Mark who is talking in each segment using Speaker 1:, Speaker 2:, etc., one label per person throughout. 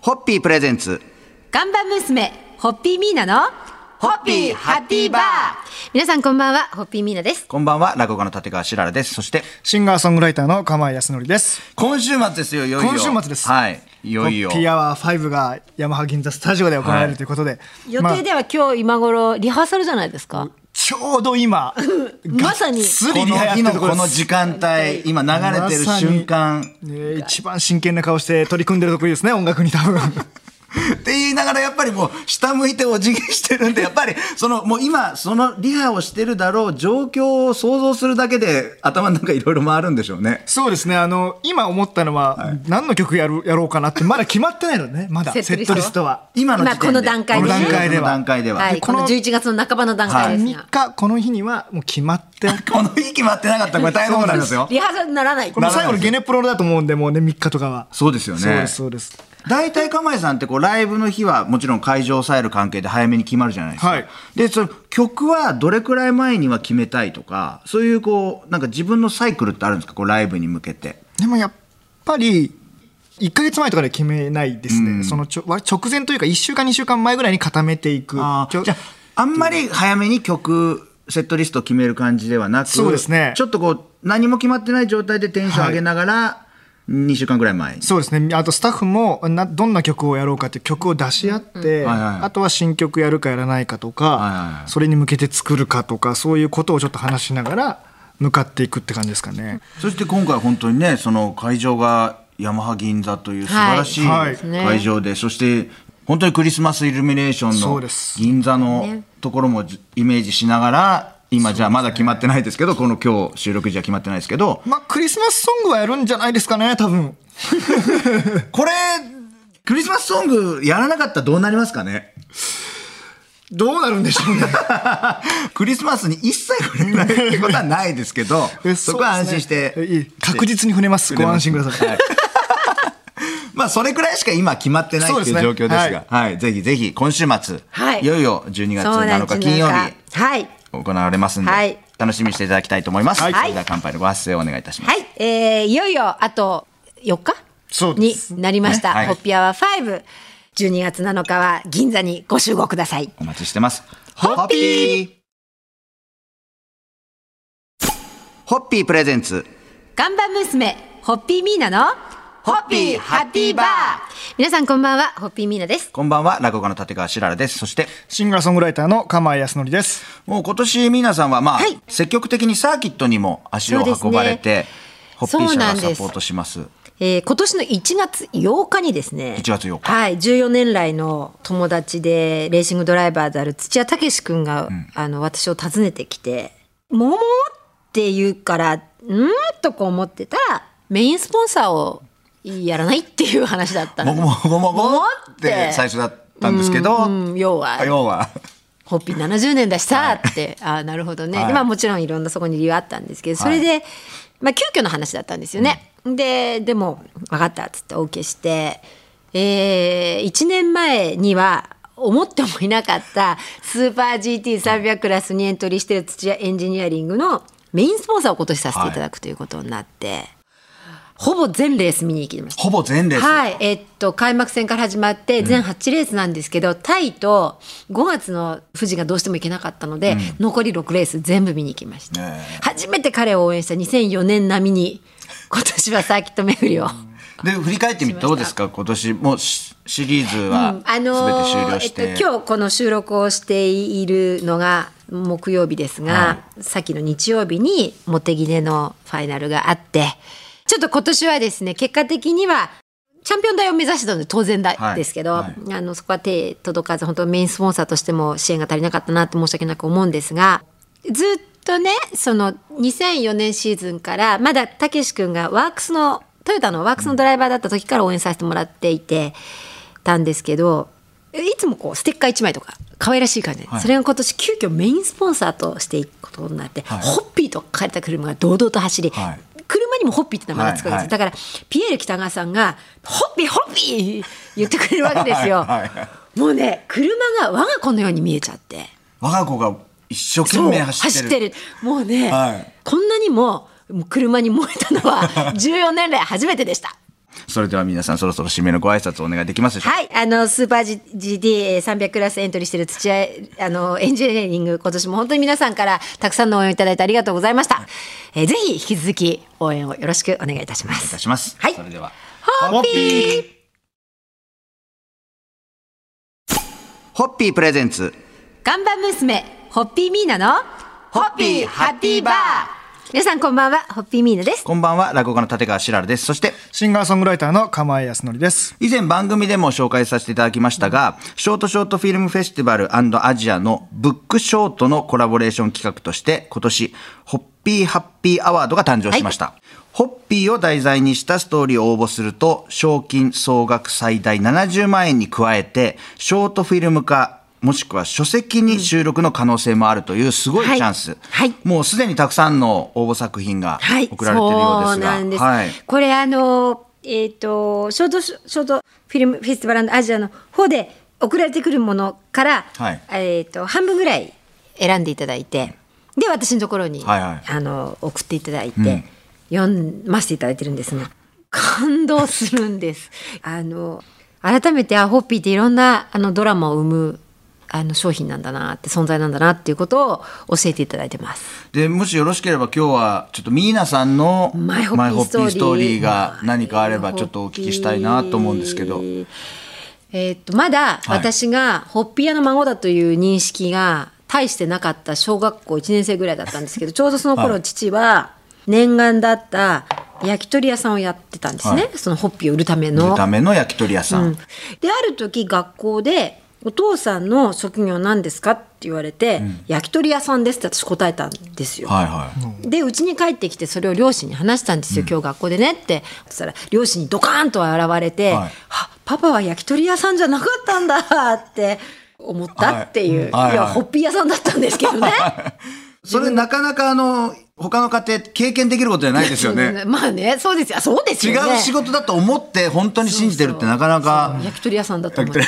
Speaker 1: ホッピープレゼンツ。
Speaker 2: 看板娘、ホッピーミーナの、
Speaker 1: ホッピーハッピーバー
Speaker 2: 皆さんこんばんは、ホッピーミーナです。
Speaker 1: こんばんは、落語家の立川しららです。そして、
Speaker 3: シンガーソングライターの釜井康則です。
Speaker 1: 今週末ですよ、いよいよ。
Speaker 3: 今週末です
Speaker 1: はい。いよいよ
Speaker 3: ホッ。ピーアワー5がヤマハ銀座スタジオで行われ
Speaker 1: はい
Speaker 3: るということで、
Speaker 2: 予
Speaker 3: まあ
Speaker 2: 定では今日今頃、リハーサルじゃないですか。
Speaker 3: ちょうど今、
Speaker 2: まさに、
Speaker 3: スリ
Speaker 1: こ
Speaker 3: リ
Speaker 1: の
Speaker 3: ハやっ
Speaker 1: 日
Speaker 3: て
Speaker 1: の
Speaker 3: るとこ
Speaker 1: こ
Speaker 3: ろで
Speaker 1: の
Speaker 3: す。
Speaker 1: 時間帯、今流れてる
Speaker 3: まさに
Speaker 1: 瞬間。
Speaker 3: ね一番真剣な顔して取り組んでるところですね、音楽に 多分。
Speaker 1: って言いながらやっぱりもう下向いてお辞儀してるんでやっぱりそのもう今そのリハをしてるだろう状況を想像するだけで頭の中いろいろ回るんでしょうね。
Speaker 3: そうですね、あの、今思ったのは、何の曲やるやろうかなって、まだ決まってないのね、まだ、
Speaker 2: セ
Speaker 3: セ
Speaker 2: ットリスト
Speaker 3: ットリストは。
Speaker 1: 今の時点
Speaker 2: 今
Speaker 1: で
Speaker 2: この段階
Speaker 3: でね
Speaker 1: この段階では。
Speaker 3: この段
Speaker 2: はい、
Speaker 3: で
Speaker 2: この
Speaker 3: この
Speaker 2: 11月の半ばの段階です
Speaker 3: 3
Speaker 2: が。
Speaker 3: 日、この日にはもう決ま ってお く。
Speaker 1: この日決まってなかったらこれ大変なことなんですよ。
Speaker 2: リハーサルにならない。
Speaker 3: この最後のゲネプロだと思うんで、もうね、3日とかは。
Speaker 1: そうですよ
Speaker 3: そうで
Speaker 1: ね
Speaker 3: す、。そうです。
Speaker 1: 大体釜井さんってこうライブの日はもちろん会場を抑える関係で早めに決まるじゃないですか。
Speaker 3: はい
Speaker 1: でその曲はどれくらい前には決めたいとかそういうこうなんか自分のサイクルってあるんですかこうライブに向けて。
Speaker 3: でもやっぱり1か月前とかで決めないですね、
Speaker 1: うん
Speaker 3: そのちょ割直前というか1週間2週間前ぐらいに固めていく
Speaker 1: あ
Speaker 3: ちょ
Speaker 1: ーじゃああんまり早めに曲セットリストを決める感じではなく
Speaker 3: そうですね
Speaker 1: ちょっとこう何も決まってない状態でテンション上げながら、2週間ぐらい前に
Speaker 3: そうですねあとスタッフもなどんな曲をやろうかっていう曲を出し合って、
Speaker 1: はいはい
Speaker 3: あとは新曲やるかやらないかとか、
Speaker 1: はいはい
Speaker 3: それに向けて作るかとかそういうことをちょっと話しながら向かっていくって感じですかね。
Speaker 1: そして今回本当にねその会場がヤマハ銀座という素晴らしい
Speaker 3: はいはいそうです
Speaker 2: ね
Speaker 1: 会場で、そして本当にクリスマスイルミネーション
Speaker 3: そ
Speaker 1: の
Speaker 3: うです
Speaker 1: 銀座のところもじイメージしながら今じゃあまだ決まってないですけどこの今日収録時は決まってないですけど
Speaker 3: まあ、クリスマスソングはやるんじゃないですかね多分
Speaker 1: これクリスマスソングやらなかったらどうなりますかね
Speaker 3: どうなるんでしょうね
Speaker 1: クリスマスに一切触れないってことはないですけど
Speaker 3: え
Speaker 1: そこは安心して、
Speaker 3: そうですねいい確実に触れますご安心ください、
Speaker 1: まあそれくらいしか今決まってないっていう
Speaker 3: そうですね
Speaker 1: 状況ですが
Speaker 3: はい
Speaker 1: はい、ぜひぜひ今週末、
Speaker 2: はい
Speaker 1: よいよ12月
Speaker 2: そうなん
Speaker 1: 7
Speaker 2: で
Speaker 1: 日
Speaker 2: す
Speaker 1: 金曜
Speaker 2: なん
Speaker 1: 日
Speaker 2: かはい。
Speaker 1: 行われますんで、
Speaker 2: はい
Speaker 1: 楽しみにしていただきたいと思います、
Speaker 2: はい
Speaker 1: それでは乾杯のご発声をお願いいたします、
Speaker 2: はい、えー、いよいよあと4日
Speaker 3: そうです
Speaker 2: になりました、
Speaker 1: はい
Speaker 2: ホッピーアワー5。12月7日は銀座にご集合ください。
Speaker 1: お待ちしてます
Speaker 2: ホッピー
Speaker 1: ホッピープレゼンツ
Speaker 2: 看板娘、ホッピーミーナの、
Speaker 1: ホッピーハッピーバー
Speaker 2: 皆さんこんばんは、ホッピーミーナです。
Speaker 1: こんばんは落語家の立川しららですそして
Speaker 3: シンガーソングライターの釜井康則です
Speaker 1: もう今年皆さんはまあ、
Speaker 2: はい
Speaker 1: 積極的にサーキットにも足を運ばれて、ホッピー社が
Speaker 2: そうなんで
Speaker 1: サ
Speaker 2: す
Speaker 1: ポートします
Speaker 2: えー今年の1月8日にですね、
Speaker 1: 1月8日
Speaker 2: はい、14年来の友達でレーシングドライバーである土屋武志くんが、あの私を訪ねてきて、桃って言うから、んーとこう思ってたら、メインスポンサーをやらないっていう話だった
Speaker 1: も
Speaker 2: の
Speaker 1: ごもごもごもって最初だったんですけど、
Speaker 2: うん、要は
Speaker 1: あ要は
Speaker 2: ホッピー70年だしさって、ああなるほどね、
Speaker 1: はい
Speaker 2: でまあもちろんいろんなそこに理由あったんですけどそれで、まあ急遽の話だったんですよね、ででも分かったっつってお受けして、えー、1年前には思ってもいなかったスーパー GT300 クラスにエントリーしてる土屋エンジニアリングのメインスポンサーを今年させていただくということになって、ほぼ全レース見に行きました
Speaker 1: ほぼ全レース、
Speaker 2: はい、えっと開幕戦から始まって全8レースなんですけど、タイと5月の富士がどうしても行けなかったので、残り6レース全部見に行きました、
Speaker 1: ね
Speaker 2: 初めて彼を応援した2004年並み に今年はサーキット巡りを。
Speaker 1: で振り返ってみてどうですか今年もうシシリーズは
Speaker 2: あ
Speaker 1: 全て
Speaker 2: のー
Speaker 1: 終了して、
Speaker 2: えっと、今日この収録をしているのが木曜日ですが、さっきの日曜日に茂木でのファイナルがあってちょっと今年はですね結果的にはチャンピオン台を目指してたので当然
Speaker 1: は
Speaker 2: だ
Speaker 1: い
Speaker 2: ですけど、
Speaker 1: はい
Speaker 2: あのそこは手届かず本当メインスポンサーとしても支援が足りなかったなって申し訳なく思うんですがずっとねその2004年シーズンからまだたけし君がワークスのトヨタのワークスのドライバーだった時から応援させてもらっていてたんですけどいつもこうステッカー1枚とか可愛らしい感じで、
Speaker 1: はい
Speaker 2: それが今年急遽メインスポンサーとしていくことになって、ホッピーと書かれた車が堂々と走り、
Speaker 1: はい
Speaker 2: 車にもホッピーって名前がつくんですよ、
Speaker 1: はいはい
Speaker 2: だからピエール北川さんが「ホッピーホッピー!」言ってくれるわけですよ。
Speaker 1: はいは
Speaker 2: もうね車が我が子のように見えちゃって
Speaker 1: 我が子が一生懸
Speaker 2: そう
Speaker 1: 命走ってる
Speaker 2: もうね、
Speaker 1: はい
Speaker 2: こんなにももう車に燃えたのは14年来初めてでした。
Speaker 1: それでは皆さんそろそろ締めのご挨拶をお願いできますでしょうか
Speaker 2: はい、あの、スーパー GD300 クラスエントリーしてる土屋、あの、エンジニアリング、今年も本当に皆さんからたくさんの応援をいただいてありがとうございました。えーぜひ、引き続き応援をよろしくお願いいたしま
Speaker 1: いた
Speaker 2: す。
Speaker 1: します。
Speaker 2: はい
Speaker 1: それでは。
Speaker 2: ホッピー
Speaker 1: ホッピープレゼンツ。
Speaker 2: 看板娘、ホッピーミーナの、
Speaker 1: ホッピーハッピーバー
Speaker 2: 皆さんこんばんは、ホッピーミーナです。
Speaker 1: こんばんは、落語家の立川しらるです。そして、
Speaker 3: シンガーソングライターの釜江康則です。
Speaker 1: 以前番組でも紹介させていただきましたが、ショートショートフィルムフェスティバルアジアのブックショートのコラボレーション企画として、今年、ホッピーハッピーアワードが誕生しました。ホッピーを題材にしたストーリーを応募すると、賞金総額最大70万円に加えて、ショートフィルム化、もしくは書籍に収録の可能性もあるというすごいチャンス。
Speaker 2: はいはい
Speaker 1: もうすでにたくさんの応募作品が
Speaker 2: はい、
Speaker 1: 送られているようですが。
Speaker 2: そうなんです。
Speaker 1: はい
Speaker 2: これあのえっ、とショートショートフィルムフェスティバルアジアの方で送られてくるものから、
Speaker 1: はい
Speaker 2: えっ、と半分ぐらい選んでいただいて、で私のところに、
Speaker 1: はいはい
Speaker 2: あの送っていただいて、読ませていただいてるんですが、感動するんです。 あの改めてあホッピーっていろんなあのドラマを生む。あの商品なんだなって存在なんだなっていうことを教えていただいてます。
Speaker 1: でもしよろしければ今日はちょっとミーナさんの
Speaker 2: マイホ
Speaker 1: マイホッ
Speaker 2: ッ
Speaker 1: ピ
Speaker 2: ピー
Speaker 1: ー
Speaker 2: ス
Speaker 1: ス
Speaker 2: ト
Speaker 1: ト
Speaker 2: ー
Speaker 1: ー
Speaker 2: リ
Speaker 1: リ
Speaker 2: ー
Speaker 1: ーが何かあればちょっとお聞きしたいなと思うんですけど
Speaker 2: えーっとまだ
Speaker 1: はい
Speaker 2: 私がホッピー屋の孫だという認識が大してなかった小学校1年生ぐらいだったんです けどちょうどその頃
Speaker 1: はい
Speaker 2: 父は念願だった焼き鳥屋さんをやってたんですね、
Speaker 1: はい
Speaker 2: そのホッピーを売るた
Speaker 1: 売
Speaker 2: めの
Speaker 1: るた。めの焼き鳥屋さん、
Speaker 2: うんである時学校で「お父さんの職業何ですか?」って言われて「焼き鳥屋さんです」って私答えたんですよ。
Speaker 1: はいはい、
Speaker 2: でうちに帰ってきてそれを両親に話したんですよ、今日学校でねってそしたら両親にドカーンと現れて、
Speaker 1: はい
Speaker 2: はパパは焼き鳥屋さんじゃなかったんだって思ったっていう、
Speaker 1: はい
Speaker 2: い
Speaker 1: はい
Speaker 2: や、
Speaker 1: はい
Speaker 2: ホッピー屋さんだったんです けどね。
Speaker 1: それなかなかあの他の家庭経験できることじゃないですよ ね
Speaker 2: まあねそうですよあそうです
Speaker 1: 違
Speaker 2: よ
Speaker 1: う
Speaker 2: ね
Speaker 1: 仕事だと思って本当に信じてるってなかなか
Speaker 2: 焼き鳥屋さんだと思うっていう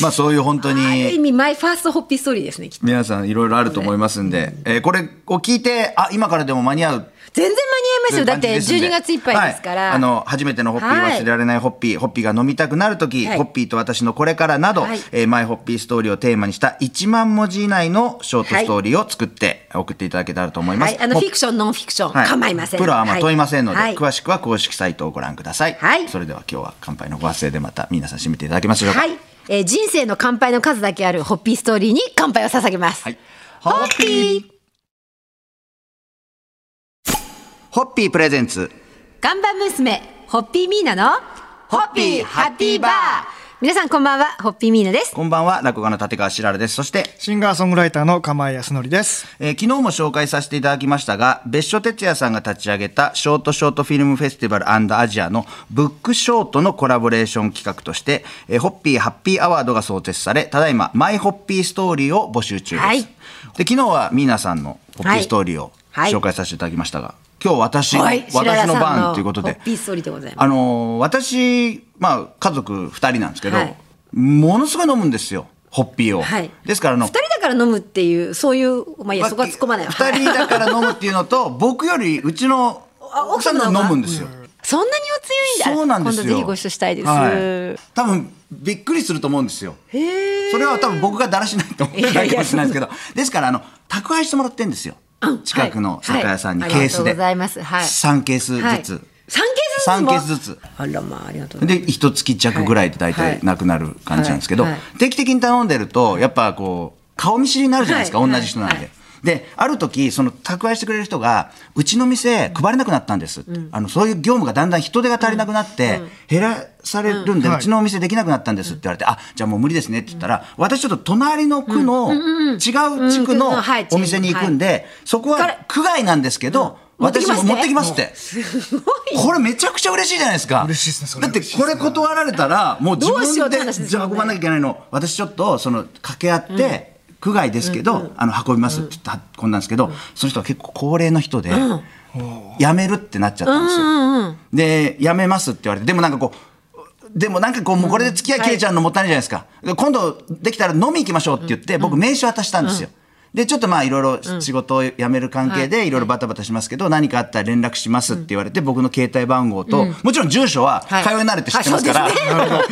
Speaker 1: まあそういう本当
Speaker 2: ある意
Speaker 1: に
Speaker 2: 味マイファーストホッピーストーリーですねきっと
Speaker 1: 皆さんいろいろあると思いますんで、えーこれを聞いてあ今からでも間に合う
Speaker 2: 全然間に合いますよだ
Speaker 1: と
Speaker 2: っ
Speaker 1: い
Speaker 2: て
Speaker 1: う感じすんで
Speaker 2: 12月いっぱいですから、
Speaker 1: はいあの初めてのホッピー
Speaker 2: は
Speaker 1: 忘
Speaker 2: い
Speaker 1: れられないホッピー、ホッピーが飲みたくなる時、
Speaker 2: はい
Speaker 1: ホッピーと私のこれからなど、
Speaker 2: はい
Speaker 1: えーマイホッピーストーリーをテーマにした1万文字以内のショートストーリーを作って送っていただけたらと思います、
Speaker 2: はい、あの
Speaker 1: ホ
Speaker 2: フ
Speaker 1: ッ
Speaker 2: ィクションノンフィクション、
Speaker 1: はい
Speaker 2: 構いません
Speaker 1: プロはまあ問いませんので、
Speaker 2: はい
Speaker 1: 詳しくは公式サイトをご覧ください、
Speaker 2: はい
Speaker 1: それでは今日は乾杯のご発声でまた皆さん締めていただけますでしょうか、
Speaker 2: はい、えー人生の乾杯の数だけあるホッピーストーリーに乾杯を捧げます。
Speaker 1: はいホッピーホッピープレゼンツ
Speaker 2: 看板娘、ホッピーミーナの、
Speaker 1: ホッピーハッピーバー
Speaker 2: 皆さんこんばんは、ホッピーミーナです。
Speaker 1: こんばんは落語家の立川しらるですそして
Speaker 3: シンガーソングライターの釜江康則です。
Speaker 1: えー昨日も紹介させていただきましたが別所哲也さんが立ち上げたショートショートフィルムフェスティバルアジアのブックショートのコラボレーション企画として、えーホッピーハッピーアワードが創設されただいまマイホッピーストーリーを募集中です、
Speaker 2: はい
Speaker 1: で昨日はミーナさんのホッピーストーリーを
Speaker 2: はい
Speaker 1: 紹介させていただきましたが、今日私、
Speaker 2: はい白良さ
Speaker 1: 私
Speaker 2: ん
Speaker 1: の
Speaker 2: の
Speaker 1: 番ということ
Speaker 2: ホ
Speaker 1: で
Speaker 2: ッピーストーリーでございます
Speaker 1: あのー私、まあ、家族2人なんですけど、
Speaker 2: はい
Speaker 1: ものすごい飲むんですよホッピーを、
Speaker 2: はい。
Speaker 1: ですからあの
Speaker 2: 二人だから飲むっていう、そういう、まあいいや、
Speaker 1: まあ
Speaker 2: そこは突っ込まないわ。
Speaker 1: 二人だから飲むっていうのと、僕よりうちの
Speaker 2: あ
Speaker 1: 奥
Speaker 2: 奥
Speaker 1: さん
Speaker 2: 様
Speaker 1: の
Speaker 2: の
Speaker 1: 方
Speaker 2: 方が
Speaker 1: が飲むんですよ。
Speaker 2: そんなにお強いんだ。
Speaker 1: そうなんですよ。
Speaker 2: 今度ぜひご一緒したいです。
Speaker 1: はい多分びっくりすると思うんですよ。
Speaker 2: へえ。
Speaker 1: それは多分僕がだらしないと思ってない
Speaker 2: いやい
Speaker 1: か
Speaker 2: や
Speaker 1: もしれないですけど、ですからあの宅配してもらってんですよ
Speaker 2: うん。
Speaker 1: 近くの酒屋さんに
Speaker 2: は
Speaker 1: ケ
Speaker 2: いはい
Speaker 1: ースで
Speaker 2: ありがとうございますはい
Speaker 1: 三ケース
Speaker 2: は
Speaker 1: ず
Speaker 2: い
Speaker 1: つ、
Speaker 2: 三ケースずつ
Speaker 1: 三
Speaker 2: も
Speaker 1: ケースずつ。
Speaker 2: あらまあ、ありがとうござい
Speaker 1: で一月弱ぐらいで大
Speaker 2: はいは
Speaker 1: 体
Speaker 2: い
Speaker 1: なくなる感じなんですけど、
Speaker 2: はいはい
Speaker 1: 定期的に頼んでるとやっぱこう顔見知りになるじゃないですか、
Speaker 2: はい
Speaker 1: 同じ人なんで。
Speaker 2: はい
Speaker 1: である時その宅配してくれる人がうちの店配れなくなったんですって、あのそういう業務がだんだん人手が足りなくなって、減らされるんで、う
Speaker 3: はい
Speaker 1: ちのお店できなくなったんですって言われて、あじゃあもう無理ですねって言ったら、私ちょっと隣の区の、違う地区の
Speaker 2: うんはい
Speaker 1: お店に行くんで、そこ
Speaker 2: か
Speaker 1: は
Speaker 2: ら
Speaker 1: 区外なんですけど、
Speaker 2: 持って
Speaker 1: 私
Speaker 2: きま
Speaker 1: も
Speaker 2: すね
Speaker 1: 持ってきますって。
Speaker 2: ます。すごい。
Speaker 1: これめちゃくちゃ嬉しいじゃないですか。
Speaker 3: 嬉しいですねそれ
Speaker 1: だってこれ断られたら、もう自
Speaker 2: どうしよ
Speaker 1: 分
Speaker 2: うって
Speaker 1: で
Speaker 2: 話です
Speaker 1: じ
Speaker 2: よ
Speaker 1: ゃあ
Speaker 2: ね
Speaker 1: 運ばなきゃいけないの。私ちょっと、その、掛け合って、区外ですけど、あの、運びますって言った、こんなんですけど、その人は結構高齢の人で、辞めるってなっちゃったんですよ。で、辞めますって言われて、でもなんかこう、でもなんかこう、もうこれで付き合い切れちゃうのもったいないじゃないですか。で今度できたら飲み行きましょうって言って、僕名刺渡したんですよ。で、ちょっとまあいろいろ仕事を辞める関係でいろいろバタバタしますけど、何かあったら連絡しますって言われて、僕の携帯番号と、もちろん住所は
Speaker 2: はい
Speaker 1: 通い慣れて知ってますから、
Speaker 2: あそうですね
Speaker 1: なるほど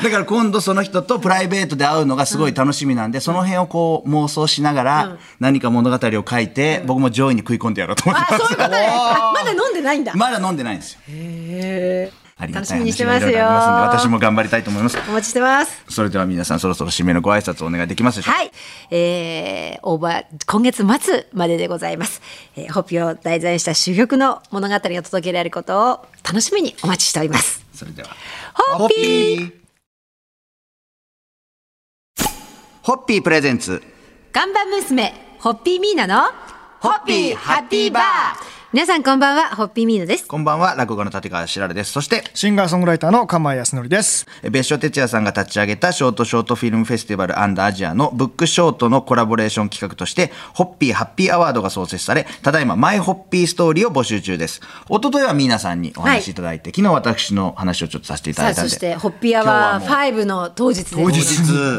Speaker 1: だから今度その人とプライベートで会うのがすごい楽しみなんで、その辺をこう妄想しながら何か物語を書いて、僕も上位に食い込んでやろうと思って
Speaker 2: あ、
Speaker 1: ます。
Speaker 2: そういうことね。あまだ飲んでないんだ。
Speaker 1: まだ飲んでないんですよ。
Speaker 2: へ
Speaker 1: あり
Speaker 2: ー
Speaker 1: が
Speaker 2: 楽した
Speaker 1: い
Speaker 2: みにしてま
Speaker 1: 話
Speaker 2: す
Speaker 1: が
Speaker 2: よ
Speaker 1: いろい。ろありますんで、私も頑張りたいと思います。
Speaker 2: お待ちしてます。
Speaker 1: それでは皆さんそろそろ締めのご挨拶をお願いできますでしょうか。
Speaker 2: はい、えー、オーバー今月末まででございます、えー、ホピを題材にした珠玉の物語が届けられることを楽しみにお待ちしております
Speaker 1: それでは。
Speaker 2: ホッピー
Speaker 1: ーホッピープレゼンツ。
Speaker 2: 看板娘ホッピーミーナの
Speaker 1: ホッピーハッピーバー
Speaker 2: 皆さんこんばんはホッピーミーナです
Speaker 1: こんばんは、落語家の立川しらるです。そして、
Speaker 3: シンガーソングライターの釜井康則です。
Speaker 1: え別所哲也さんが立ち上げたショートショートフィルムフェスティバルアジアのブックショートのコラボレーション企画として、ホッピーハッピーアワードが創設され、ただいまマイホッピーストーリーを募集中です。一昨日は皆さんにお話いただいて、昨日私の話をちょっとさせていた
Speaker 2: さ
Speaker 1: だ
Speaker 2: あ
Speaker 1: いたん
Speaker 2: そ
Speaker 1: で。
Speaker 2: してホッピーアワ
Speaker 1: 今日はも
Speaker 2: ー5の当日です
Speaker 1: う当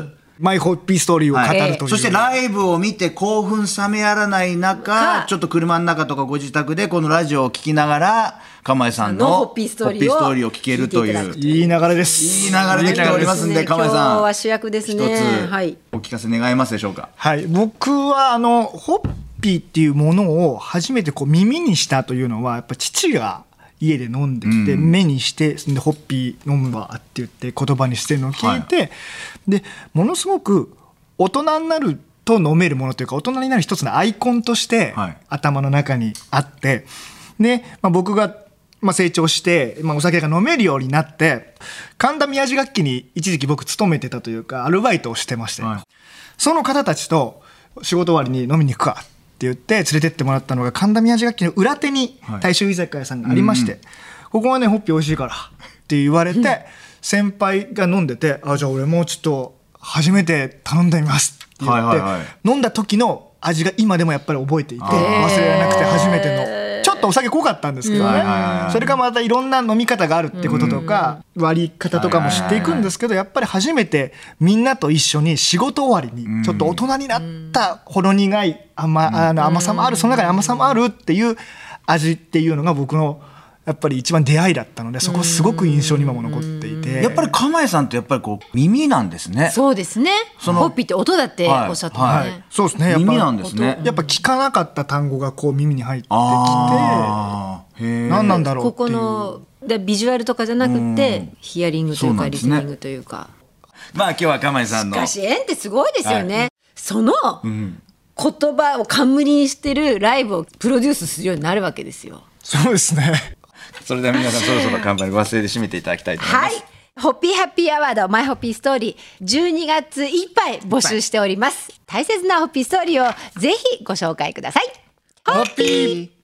Speaker 1: 日。
Speaker 3: マイホッピーストーリーを語るという。
Speaker 2: はい
Speaker 1: そしてライブを見て興奮冷めやらない中
Speaker 2: か、
Speaker 1: ちょっと車の中とかご自宅でこのラジオを聞きながら、釜井さんの
Speaker 2: のホッピーストーリーを
Speaker 1: ホッピー聞けるとい
Speaker 2: 聞いていただ
Speaker 1: う。
Speaker 2: く
Speaker 1: い
Speaker 3: いい流れです。
Speaker 1: い流れできておりますん
Speaker 2: いい
Speaker 1: で、
Speaker 2: 流れですね
Speaker 1: 釜井さん。
Speaker 2: 今日は主役ですね
Speaker 1: 一つ
Speaker 2: はい
Speaker 1: お聞かせ願えますでしょうか。
Speaker 3: はい、僕はあのホッピーっていうものを初めてこう耳にしたというのはやっぱ父が家で飲んできて、目にしてそんでホッピー飲むわって言って言葉にしてるのを聞いて、でものすごく大人になると飲めるものというか大人になる一つのアイコンとして
Speaker 1: はい
Speaker 3: 頭の中にあって、で、まあ、僕が、まあ、成長して、まあ、お酒が飲めるようになって神田宮地楽器に一時期僕勤めてたというかアルバイトをしてまして、
Speaker 1: はい
Speaker 3: その方たちと仕事終わりに飲みに行くかって言って連れてってもらったのが神田宮地楽器の裏手に
Speaker 1: はい
Speaker 3: 大衆居酒屋さんがありまして、ここはねホッピー美味しいからって言われて先輩が飲んでてあじゃあ俺もちょっと初めて頼んでみますって言って、
Speaker 1: はいはいはい
Speaker 3: 飲んだ時の味が今でもやっぱり覚えていて忘れられなくて初めてのちょっとお酒濃かったんですけど
Speaker 1: うん
Speaker 3: ね
Speaker 1: はいはいはい
Speaker 3: それがまたいろんな飲み方があるってこととか割り方とかも知っていくんですけどやっぱり初めてみんなと一緒に仕事終わりにちょっと大人になったほろ苦い甘あの甘さもあるその中に甘さもあるっていう味っていうのが僕のやっぱり一番出会いだったのでそこすごく印象に今も残っていて
Speaker 1: やっぱり釜井さんってやっぱりこう耳なんですね。
Speaker 2: そうですね
Speaker 1: その
Speaker 2: ホッピーって音だっておっしゃってま
Speaker 1: は
Speaker 2: すね、
Speaker 1: い
Speaker 3: そうですねやっぱ
Speaker 1: 耳なんですね。
Speaker 3: やっぱ聞かなかった単語がこう耳に入ってきて
Speaker 1: ああ。へえ。
Speaker 3: 何なんだろう
Speaker 2: こ
Speaker 3: ってい
Speaker 2: こ
Speaker 3: う。
Speaker 2: のでビジュアルとかじゃなくてヒアリングとい
Speaker 1: そう
Speaker 2: う
Speaker 1: な
Speaker 2: か
Speaker 1: んで
Speaker 2: リ
Speaker 1: す
Speaker 2: ス
Speaker 1: ね
Speaker 2: ニングというか
Speaker 1: まあ今日は釜井さん
Speaker 2: し
Speaker 1: の。
Speaker 2: かし縁ってすごいですよね、その
Speaker 1: ん
Speaker 2: 言葉を冠にしてるライブをプロデュースするようになるわけですよ
Speaker 3: そうですね。
Speaker 1: それでは皆さんそろそろ乾杯ご忘れで締めていただきたいと思います。
Speaker 2: はいホッピーハッピーアワードマイホッピーストーリー12月いっぱい募集しております大切なホッピーストーリーをぜひご紹介くださいホッピー